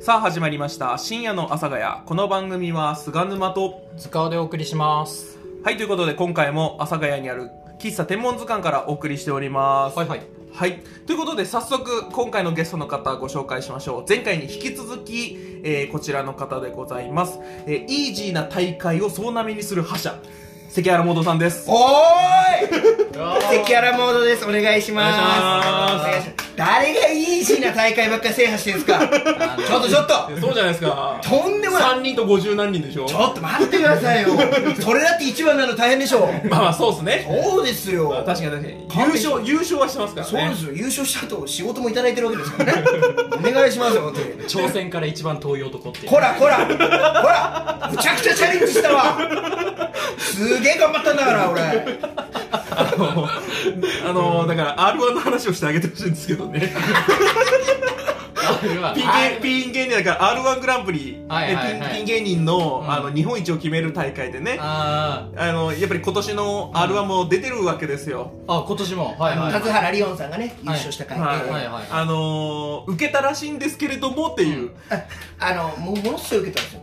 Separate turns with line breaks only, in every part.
さあ始まりました深夜の阿佐ヶ谷この番組は菅沼と
塚尾でお送りします
はいということで今回も阿佐ヶ谷にある喫茶天文図鑑からお送りしております
はいはい
はいということで早速今回のゲストの方ご紹介しましょう前回に引き続き、えーこちらの方でございます、えーイージーな大会を総なめにする覇者関原元さんです
おーい関原モードですお願いします
お願いし
誰がイージーな大会ばっかり制覇してんすかちょっとちょっと
そうじゃないですか
とんでもない
3人と50何人でしょ
ちょっと待ってくださいよそれだって一番なの大変でしょ
まあまあそうっすね
そうですよ
確かに確かに優
勘弁
勝優勝はしてますから
そうで
ね
すよ優勝した後仕事もいただいてるわけですからねお願いしますよ本当に
挑戦から一番遠い男っていう
こらこらこらむちゃくちゃチャレンジしたわすげえ頑張ったんだから俺
あのーだから r 1の話をしてあげてほしいんですけどねピン
はい
芸ピン芸人だから r 1グランプリ、ね
はいはいはい
ピンピン芸人の,、
うん
あの日本一を決める大会でねあ
あ
のやっぱり今年の r 1も出てるわけですよ、
ーあ今年もはいはい
辰原リオンさんがね優勝した回で、
はい
はいはい
あのー受けたらしいんですけれどもっていう、
あのもうものすごい受けたんですよ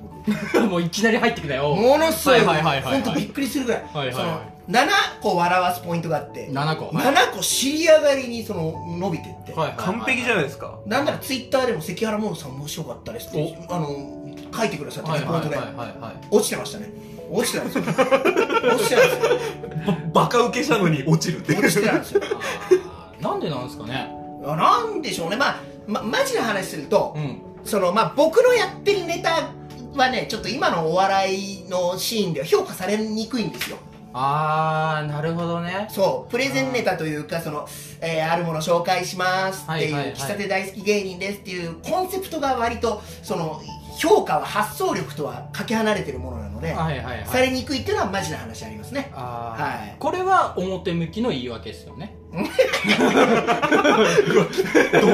僕
もういきなり入ってきたよ
ものすごい
はいはいはいはい
本当びっくりするぐらい,、
はいはい
そ
は
の7個笑わすポイントがあって
7個はい
7個尻上がりにその伸びてって、
はいはい
完璧じゃないですか、
なんならツイッターでも関原モンさん面白かったですってあの書いてくださって
はい
レポ
はいは
ート
い
で、
はいはい
落ちてましたね落ちてたんですよ落ちてたんですよ
バカ受けしたのに落ちるっていう
落ちてたんですよ
あーなんでなんですかね
あなんでしょうねまあまマジな話すると、
うん
そのまあ僕のやってるネタはねちょっと今のお笑いのシーンでは評価されにくいんですよ
ああなるほどね
そうプレゼンネタというかその、えーあるもの紹介しますっていう、
はいはいはい
喫茶店大好き芸人ですっていうコンセプトが割とその評価は発想力とはかけ離れてるものなので、
はいはいは
さ
い
れにくいっていうのはマジな話ありますね
あー
はい
これは表向きの言い訳ですよねド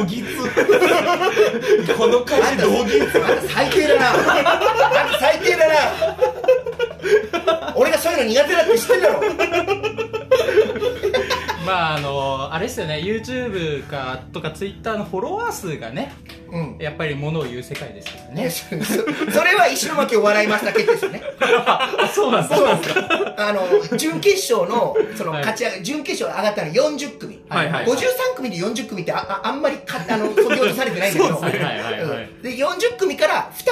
ギツ
この
あ
回
んた
同義
あんた最低だなあんた最低だな俺がそういうの苦手だって知ってるだろ
まああのあれですよね YouTube かとか Twitter のフォロワー数がね
うん
やっぱりものを言う世界ですから
ね、
ね
そそれは石巻を笑いましたけですよね
あ そうなんですか
あの準決勝のその
はい
勝ち上が、準決勝上がったの40組、
はいはい
53組で40組ってあああんまりかあのそぎ落とされてないんだけど、
そうですねはいはいはい
うんで40組から2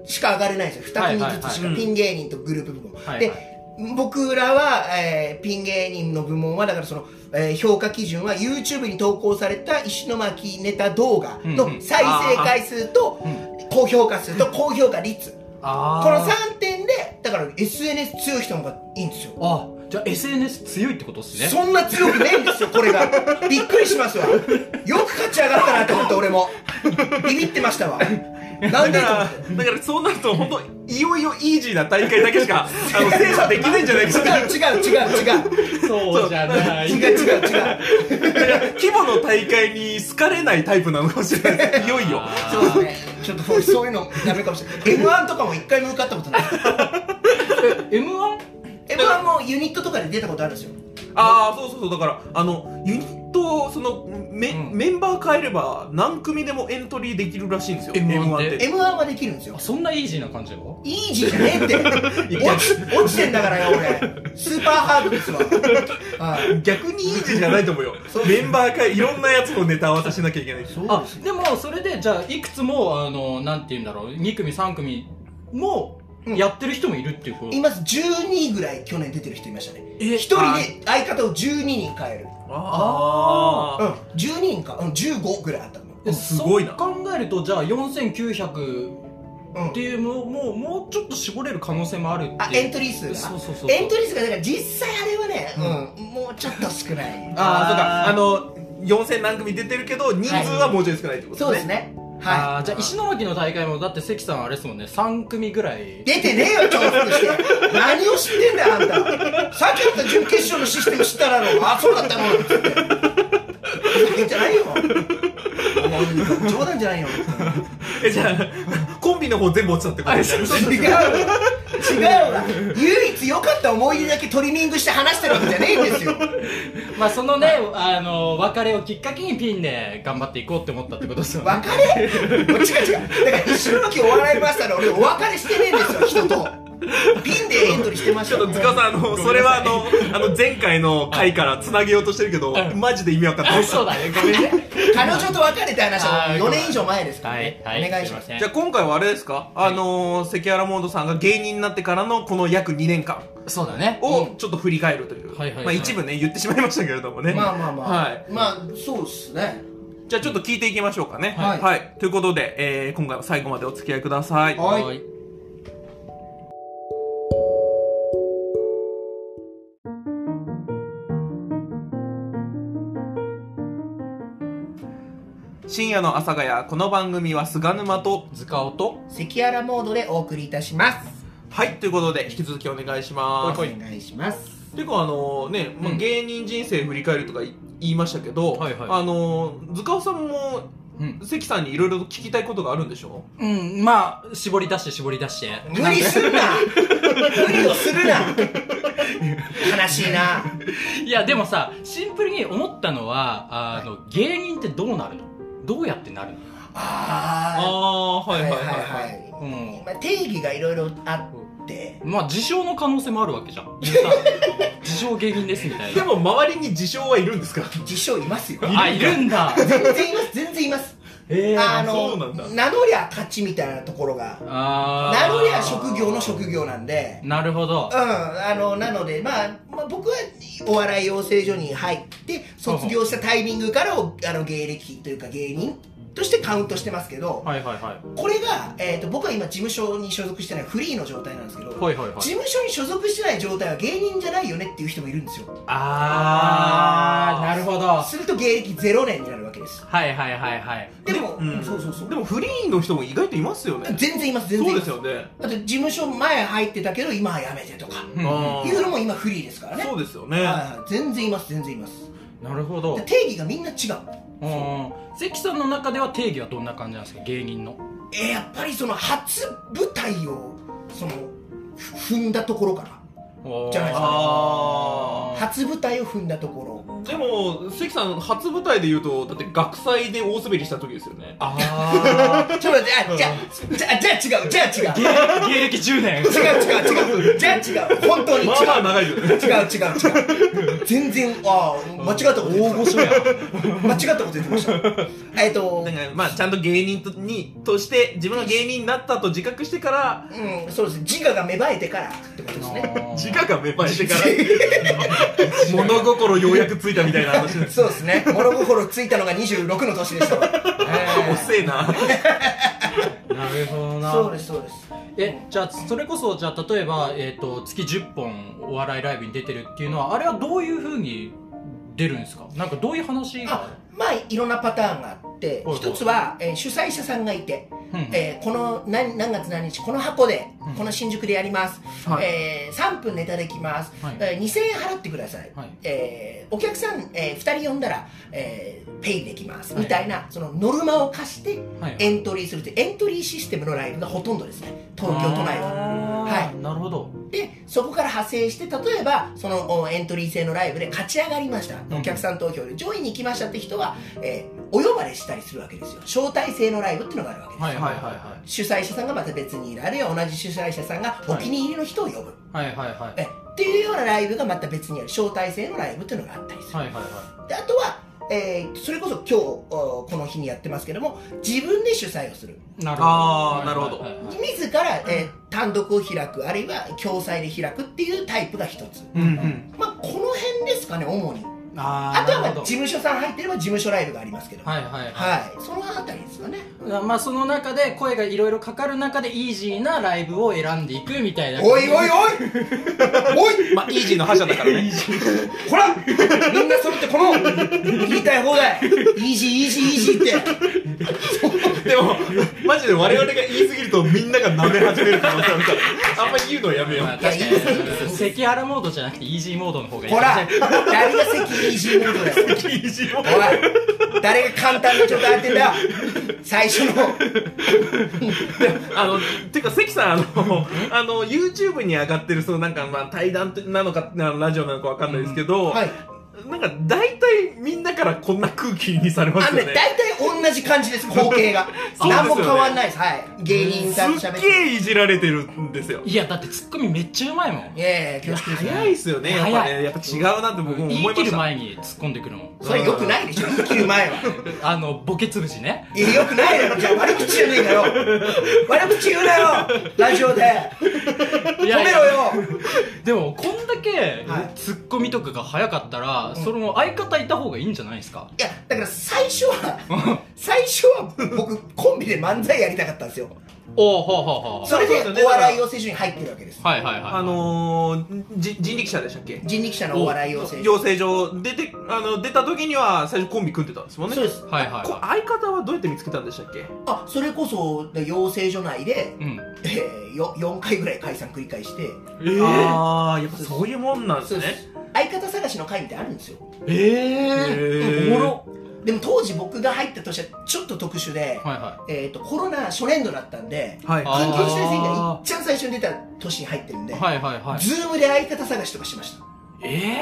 組しか上がれないんですよ2組ずつしか、
はいはいはい
ピン芸人とグループ部門、
はいは
で僕らは、えーピン芸人の部門はだからその、えー評価基準は YouTube に投稿された石巻ネタ動画
う
の
んうん
再生回数と高評価数と高評価率、
あ
この3点でだから SNS 強い人の方がいいんですよ
あじゃあ SNS 強いってことですね
そんな強くねえんですよ、これが。びっくりしますわ。よく勝ち上がったなと思って、俺も。ビビってましたわ。なん
だか
でと思
ら
って。
だからそうなると本当いよいよイージーな大会だけしかあの制覇できないんじゃないかな
違う違う違う違
そうじゃないう
違う違う違う
規模の大会に好かれないタイプなのかもしれないですいよいよ
あ
そうだねちょっと俺そういうのダメかもしれない M1 とかも一回も受かったことない
え M1?
M1 もユニットとかで出たことあるんですよ
ああそうそうそうだからあのユニットをそのメ,、
うん
メンバー変えれば何組でもエントリーできるらしいんですよ
M1
M1
って
って
M1 はできるんですよ
あそんなイージーな感じよ
イージーじゃね えって落ち落ちてんだからよ俺スーパーハードですわはい
逆にイージーじゃないと思うよメンバー変えいろんなやつのネタを渡しなきゃいけない
そう
あ
です
でもそれでじゃあいくつもあのなんて言うんだろう2組3組も
うん
やってる人もいるっていうこと、
います12位ぐらい去年出てる人いましたね
え
1人で相方を12人変える
あ
うん12人かうん15ぐらいあったかな
え
すごいな
そう考えるとじゃあ4900
うん
っていうのもうもうちょっと絞れる可能性もあるって
あ
いう
エントリー数が
そうそうそう
エントリー数がだから実際あれはね、うん、もうちょっと少ない
ああそうかあの4000何組出てるけど人数はもうちょい少ないってこと
そうです
ね
ね
あ
は
ーじゃあ石巻の大会もだって関さんあれですもんね3組ぐらい
い出てねえよ重複して何を知ってんだよあんたさっき言った準決勝のシステム知っただろうあそうだったのつってふざけんじゃないよもう冗談じゃないよ
えじゃあコンビの方全部落ちたってこと
あ
で
そ
す
う
違う違うわ唯一良かった思い出だけトリミングして話してるわけじゃねえんですよ
まあそのね、あの別れをきっかけにピンで頑張っていこうって思ったってことですよね
別れ違う違うだから一周の時お笑いマスターの俺お別れしてねえんですよ人とピンでエントリーしてまし
ち
た
ょっと塚さんあのそれはあのあの前回の回からつなげようとしてるけど
うん
マジで意味わかんな
あ
い
そうだねごめんね
彼女と別れた話
あー
は4年以上前ですから
は
ね
い、はい
お願いします
い
じゃあ今回はあれですか、あのー、関原モードさんが芸人になってからのこの約2年間
そうだね
をちょっと振り返るという、
はいはいはい
まあ、一部ね言ってしまいましたけれどもね、
まあまあまあ、
はい
まあそうっすね
じゃあちょっと聞いていきましょうかね
はい
ということで、えー今回は最後までお付き合いください
はい
はい
深夜の阿佐ヶ谷この番組は菅沼と
塚尾と
関原モードでお送りいたします
はいということで引き続きお願いし
お
ます
願いします
ていうかあのね、まあ
うん
芸人人生振り返るとかい言いましたけど、
はいはい
あのー塚尾さんも
うん、
関さんにいろいろと聞きたいことがあるんでしょ
うん、まあ絞り出して絞り出して
無理すんな 無理をするな悲しいない
やでもさシンプルに思ったのはあの、芸人ってどうなるのどうやってなるの
あ
あ
あ
あ
はいはいはいはい
うん
まあ、定義がいろいろあって
まあ自称の可能性もあるわけじゃ ん自称芸人ですみたい
で
な
も周りに自称はいるんですか
自称いますよ
あいるんだ
全然います全然います
ええ
あ
そうな
の
んだ
名乗りゃ勝ちみたいなところが
あ
名乗り
は
ゃ職業の職業なんで
なるほど
うん、あのなので、まあ、まあ僕はお笑い養成所に入って卒業したタイミングからをあの芸歴というか芸人としてカウントしてますけど
はいはいはい
これが、えー、と僕は今事務所に所属してないフリーの状態なんですけど、
はいはいはい
事務所に所属してない状態は芸人じゃないよねっていう人もいるんですよ
あーなるほどは
すると芸歴0年になるわけです
いはいはいはい
でも、
でうん
そうそうそう
でもフリーの人も意外といますよね
全然います全然
そ
いうま
ですすよね
あと事務所前入ってたけど今はやめてとか
うん
あー
いうのも今フリーですからね
そうですよね、
はいはい全然います全然います
なるほど
で定義がみんな違う
うん関さんの中では定義はどんな感じなんですか芸人の
えーやっぱりその初舞台をそのふ踏んだところからじゃないですかね
あ
初舞台を踏んだところ
でも関さん初舞台で言うとだって学祭で大滑りした時ですよね
あー
ちょっと待ってあじゃあじゃあじゃあ違うじゃあ違う
芸芸歴10年
違う違う違うじゃあ違う本当に違う、
まあまあ長いですよね
違う違う違う全然ああ間違ったこと言っ
大御所や
間違ったこと言っ てましたえっと
だからまあちゃんと芸人とにとして自分が芸人になったと自覚してから
うんそうです自我が芽生えてからってことですね
自我が芽生えてから物心ようやくついたみたいな話です
そうですね物心ついたのが26の年でし たわ
遅えな
なるほどな
そうですそうです
えじゃあそれこそじゃあ例えば、えー、と月10本お笑いライブに出てるっていうのはあれはどういうふうに出るんですかなんかどういう話が
あまあいろんなパターンがあっ
は
て
いはい
一つは、えー主催者さんがいて、
うんうん
えーこの何何月何日この箱で、
うん
この新宿でやります、
はい
えー3分ネタできます、
はい
えー2000円払ってください、
はい
えーお客さん、え2人呼んだら、えーペイできます、
はい
みたいなそのノルマを課して
はい
エントリーするってエントリーシステムのライブがほとんどですね東京都内は。
は
は
なるほど
でそこから派生して例えばそのおエントリー制のライブで勝ち上がりました、
ん
お客さん投票で上位に行きましたって人は、えーお呼ばれしたりするわけですよ招待制のライブっていうのがあるわけです、
はいはいはい
主催者さんがまた別にいるあるいは同じ主催者さんがお気に入りの人を呼ぶ、
はいはいはいはい
えっていうようなライブがまた別にある招待制のライブっていうのがあったりする
はいは
であとは、えーそれこそ今日おこの日にやってますけども自分で主催をする
いなるほど
あーなるほど
はいはいはい
自ら、えー単独を開くあるいは共催で開くっていうタイプが一つ、
うんうん
まあ、この辺ですかね、主に。
あー
あとは、ま
な
あ、
るほ
事
ど
務所さん入ってれば事務所ライブがありますけど、はい、
はいはいはい
そのあたりですかね。
まあその中で声がいろいろかかる中でイージーなライブを選んでいくみたいな
おいおいおいおい
まあイージーの覇者だからね
ほらみんな揃ってこの言いたい放題イージーイージーイージーって
でもマジで我々が言い過ぎるとみんなが舐め始める可能性あるからあんまり言うのはやめよう
まあ確か
いやいいです
に関原モードじゃなくてイージーモードの方がいい
ほら誰が席イージーモードだよ
イージーを
おい誰が簡単な状態やってんだよ最初の
あの、てか、関さん、あの、あの、YouTube に上がってる、その、なんか、まあ、対談なのか、あのラジオなのかわかんないですけど、
はい
なんか、大体みんなからこんな空気にされま
あ
す
のね
よね。
大体同じ感じです光景が
そうですよ
何
ね
も変わんないですはい芸人さん
す
喋
っ
って
げえいじられてるんですよ。
いやだってツッコミめっちゃうまいもん
いやいや恐縮です
早いっすよね、やっぱ
早
ね。
い
やっぱ違うなって僕も
言
思
い
いま
切
し
る
た。
前に突っ込んでくるもん
それよくないでしょ言い切る前は
あのボケ潰し ね
いやよくないだろじゃあ悪口じゃねえかよ悪口言うなよラジオで
い
止め
や
ろ
いや
よ
でもこんだけ
はい
ツッコミとかが早かったら、その相方いた方がいいんじゃないですか
いやだから最初は最初は僕コンビで漫才やりたかったんですよ
おおほうほうほう
それ
そうですよね
でお笑い養成所に入ってるわけです
はいはいはいはい
あのー、じ人力車でしたっけ
人力車のお笑い養成所
養成所出て、あの、出た時には最初コンビ組んでたんですもんね。
そうです
はいはい
こ
は
相方はどうやって見つけたんでしたっけ
あそれこそ養成所内で、
いうん
えー、よ4回ぐらい解散繰り返して
えー、
ああ、やっぱそういうもんなんですね。
相方探しの会みたいなのあるんですよ
えー、
へー
おもろ
でも当時僕が入った年はちょっと特殊で、
はいは
えー、とコロナ初年度だったんで
はい。
あー
緊急事態宣言がいっちゃん最初に出た年に入ってるんで、
いはいはいはい
ズームで相方探しとかしました
えー、
え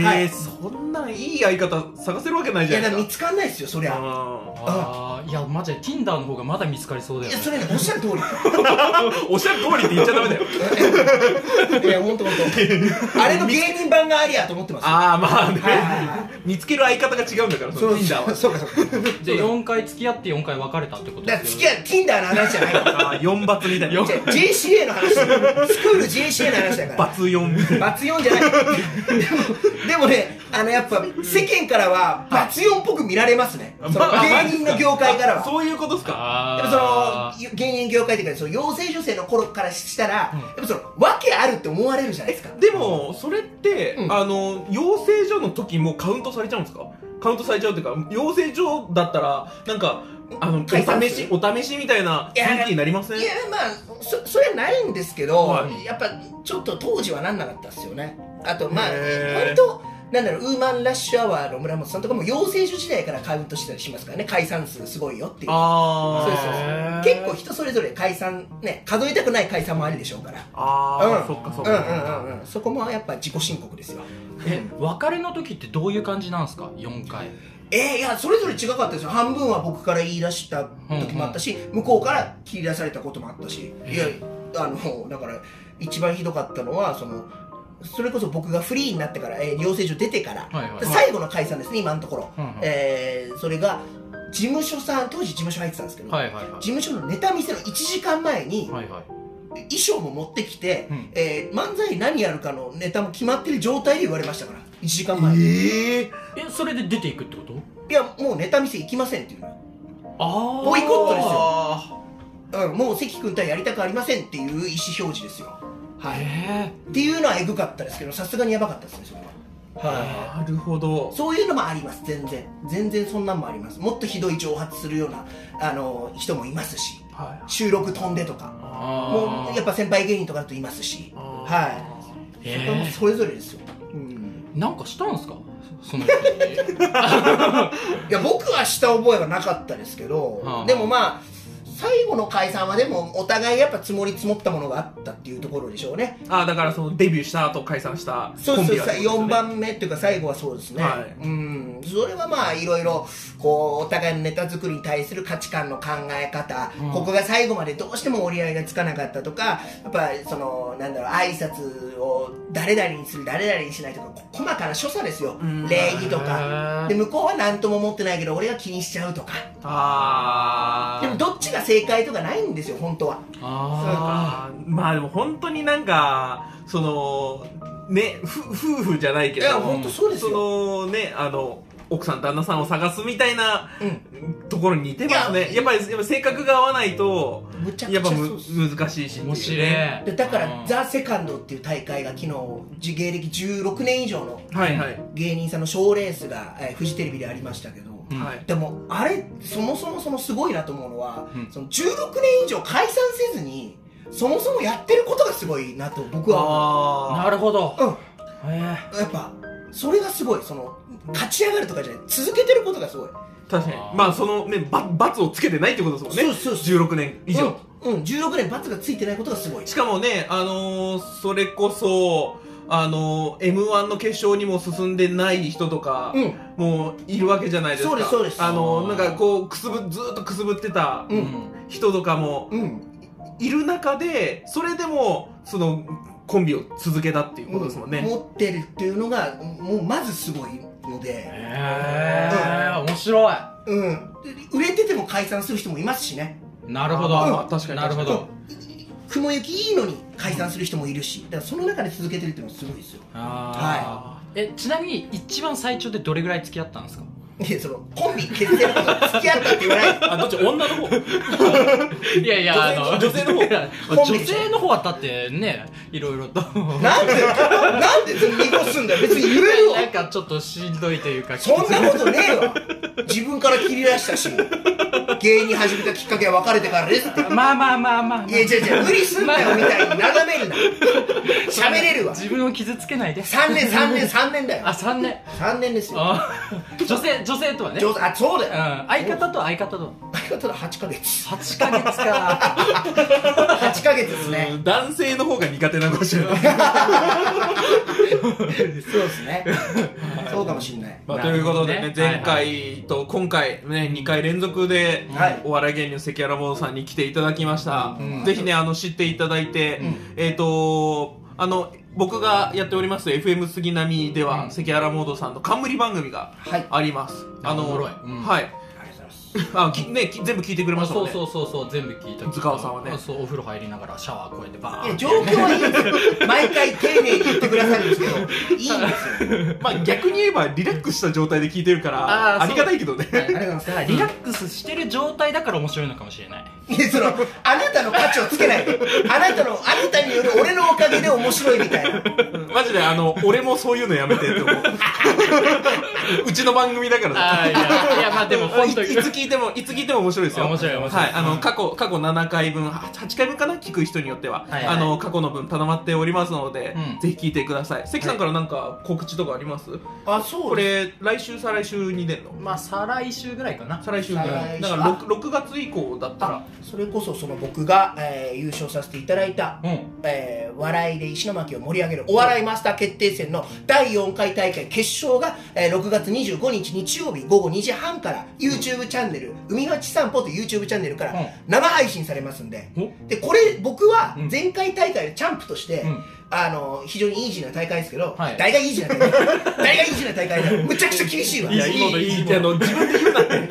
ー
はい
そんないい相方探せるわけない
い
じゃ
や
ないで
だから見
す
つかんないですよそり
か。
ゃ
あ
あーいやマジで Tinder の方がまだ見つかりそうだよ
いや
ね
それねおっしゃる通り
ー おっしゃる通りって言っちゃダメだよ。
いや本当本当あれの芸人版がありやと思ってます
ああ、まあね、
はいはいはい
見つける相方が違うんだから、その Tinder は。
そうかそうか
じゃあ4回付き合って4回別れたってこと
だ
で
から
す
付き合う Tinder の話じゃないから
あー四罰みたいな。
じゃあ JCA の話スクール JCA の話だから
罰四みたいな。
罰4じゃないでもでもねあのやっぱ世間からは罰4っぽく見られますね、その芸人の業界からは
そういうことですか。
やっ
ああ
ぱその芸人業界というかその養成女性の頃からしたら、やっぱその訳あるって思われるじゃないですか
でも、それって、
うん
あの、養成所の時もカウントされちゃうんですかカウントされちゃうっていうか、養成所だったら、なんか、あの、
解
お
散
試
す
し
る、
お試しみたいない
や
雰囲気になりません
いやまあそそれはないんですけど、
はい
やっぱちょっと当時はなんなかったですよねあとまあ
へー
割となんだろうウーマンラッシュアワーの村本さんとかも養成所時代からカウントしてたりしますからね解散数すごいよっていう
あ
そ
あ。
うそうそう結構人それぞれ解散ね数えたくない解散もあるでしょうから
ああ、
うん
そっかそっ
うん
か。
うんうんうんそこもやっぱ自己申告ですよ
え別れの時ってどういう感じなんですか4回
えー、いやそれぞれ違かったですよ半分は僕から言い出した時もあったし、向こうから切り出されたこともあったし、いやあのだから一番ひどかったのはそのそれこそ僕がフリーになってから、えー養成所出てから、
はいはい
最後の解散ですね今のところ、
うんうん
えーそれが事務所さん当時事務所入ってたんですけど、
はいはいはい
事務所のネタ見せの1時間前に、
はいはい
衣装も持ってきて、
うん
えー漫才何やるかのネタも決まってる状態で言われましたから1時間前に、
ええ
えそれで出ていくってこと
いやもうネタ見せ行きませんっていうの
ああ
ボイコットですよ
あ
うん、もう関君とはやりたくありませんっていう意思表示ですよ、はい、
え
っていうのはエグかったですけどさすがにやばかったですねそれは、は
ーなるほど
い、そういうのもあります全然全然そんなんもありますもっとひどい蒸発するようなあの人もいますし
はい
収録飛んでとか
あー
もうやっぱ先輩芸人とかだといますし
あ
は
ー
いそれも
え
それぞれですよ、うん、
ーなんかしたんすかそ の
いや僕はした覚えはなかったですけど、
はあ
でもまあ最後の解散はでもお互いやっぱ積もり積もったものがあったっていうところでしょうね
あーだからそのデビューした後解散した
そう
コン
そう
ビは
さ4番目っていうか最後はそうですね、
はい
うんそれはまあいろいろこうお互いのネタ作りに対する価値観の考え方、
うん
ここが最後までどうしても折り合いがつかなかったとかやっぱそのなんだろう挨拶を誰々にする誰々にしないとかこ細かな所作ですよ
うん
礼儀とか
へー
で向こうは何とも思ってないけど俺は気にしちゃうとか
あ
でも
ー
どっちが正解とかないんですよ本当は
あ
あーまあでも本当になんかそのねふ夫婦じゃない
い
けど
や本当そうです
そ
よ、
のねあの奥さん旦那さんを探すみたいな
うん、
ところに似てますね
いや
やっぱりやっぱ性格が合わないと
むちゃくち
や
ゃ
っぱ
そう
む
です
難しいしっていうね
ー面白い
でだか
う
ら
ん
「ザ・セカンドっていう大会が昨日じ芸歴16年以上の
はいはい、
芸人さんの賞ーレースが、えーフジテレビでありましたけど、
うん
はい
でもあれそもそもそのすごいなと思うのは、
うん
その16年以上解散せずにそもそもやってることがすごいなと僕は
あ
なるほど
思う、
え
うん、やっぱそれがすごいその勝ち上がるとかじゃない続けてることがすごい
確かに
あー
まあそのねば罰をつけてないってことですもんね
そうそう
16年以上、
うん、うん、16年罰がついてないことがすごい
しかもね、あのーそれこそ、あのー、M1 の決勝にも進んでない人とか、
うん
もういるわけじゃないですか。
そうですそうです
あのーなんかこう、くすぶ、ずーっとくすぶってた
うん
人とかも
うん
いる中で、それでも、その、コンビを続けたっていうことですもんね。
持ってるっていうのがもうまずすごいので、
へえ面白い
うん、で売れてても解散する人もいますしね
なるほど、
あー確かに
なるほど
雲行きいいのに解散する人もいるしだからその中で続けてるっていうのはすごいですよ
あーえちなみに一番最長でどれぐらい付き合ったんですか
いやそのコンビ結成のこと付き合ったって言わない
あ、どっち女の方
いやいやあの
女性の女性の方
いや
コンビ
女性の方はだってねいろいろと
なんでなんでそれ濁すんだよ別に言える
なん
わ
かちょっとしんどいというか
そんなことねえわ自分から切り出したし芸人始めたきっかけは別れてからですって
まあまあまあまあ、まあ
いや違う違う無理すんなよみたいに眺めるな喋れるわ
自分を傷つけないで
3年3年3年だよ
あ三3年
3年ですよ
あ女性女性とはね
上手あそうだ
うん、
よ
相方と相方と
相方だ8ヶ月
8ヶ月 か
8ヶ月ですね
うん男性の方が苦手なのかもしれない。
そうです ねそうかもしんない
まあ、ということで
なる
ね
ほどね
前回と今回ね2回連続で
はい
お笑い芸人の関原坊さんに来ていただきました、
うん
ぜひねあの知っていただいて、えっ、とあの僕がやっております FM 杉並では、
うん
関原モードさんの冠番組が
はい
あります、あの
おもろいうん
はい
ありがとうございます
あきねき全部聞いてくれましたも
そ
ん
う
ね
そうそうそう全部聞いた
塚尾さんはね
あそうお風呂入りながらシャワーこうやってバ
い
ー
や
ン
状況はいいんですよ毎回丁寧に言ってくださるんですけどいいんですよ
まあ逆に言えばリラックスした状態で聞いてるから
あー
ありがたいけどね
ありがとうございます
リラックスしてる状態だから面白いのかもしれない
いやそのあなたの価値をつけないあなたのあなたによる俺のおかげで面白いみたいな
うんマジであの俺もそういうのやめてって思ううちの番組だからさ
ああいやいやまあでも
い
本
いつ
当に
聞いてもいつ聞いても面白いですよ
面白い面白い
はいあの過去過去7回分は8回分かな聞く人によっては、
はいは
あ
い
の過去の分頼まっておりますので、
うん
ぜひ聞いてください関さんからなんか告知とかあります、
あそう
これ来週再来週に出るの
まあ再来週ぐらいかな
再来週ぐら
再来
い
週
だから六六月以降だった
あ
ら
それこそその僕が、えー優勝させていただいた、
うん
えー笑いで石巻を盛り上げるお笑いマスター決定戦の第4回大会決勝が、えー6月25日日曜日午後2時半から YouTube チャンネル「海八散歩」という YouTube チャンネルから
うん
生配信されますんで、
お
でこれ僕は
うん
前回大会でチャンプとして、
うん
あの非常にイージーな大会ですけど、
はい
大概イージーな大会 大概イージーな大会だむちゃくちゃ厳しいわ
いやいいものいいもの
あの自分で言うなって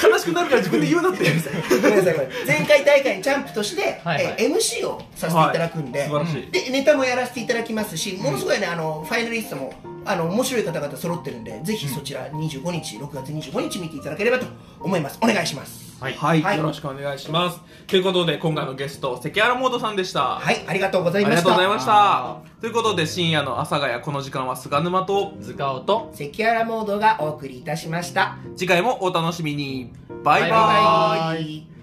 悲しくなるから自分で言うなって
ごめんなさいごめんなさい前回大会にチャンプとして、
はいはい
えー MC をさせていただくんで、
素晴らしい、
でネタもやらせていただきますし、ものすごいね、あのファイナリストもあの面白い方々揃ってるんで、ぜひそちら25日、6月25日見ていただければと思います。お願いします。
はい、
はい
よろしくお願いしますということで今回のゲスト関原モードさんでした
はい、ありがとうござい
あ
ま
りが
し
とうござい
た。
ました。ということで、深夜の阿佐ヶ谷、この時間は菅沼と、
塚尾と
関原モードがお送りいたしました。
次回もお楽しみに。バイバ
バイバ
イ
イ。
イ。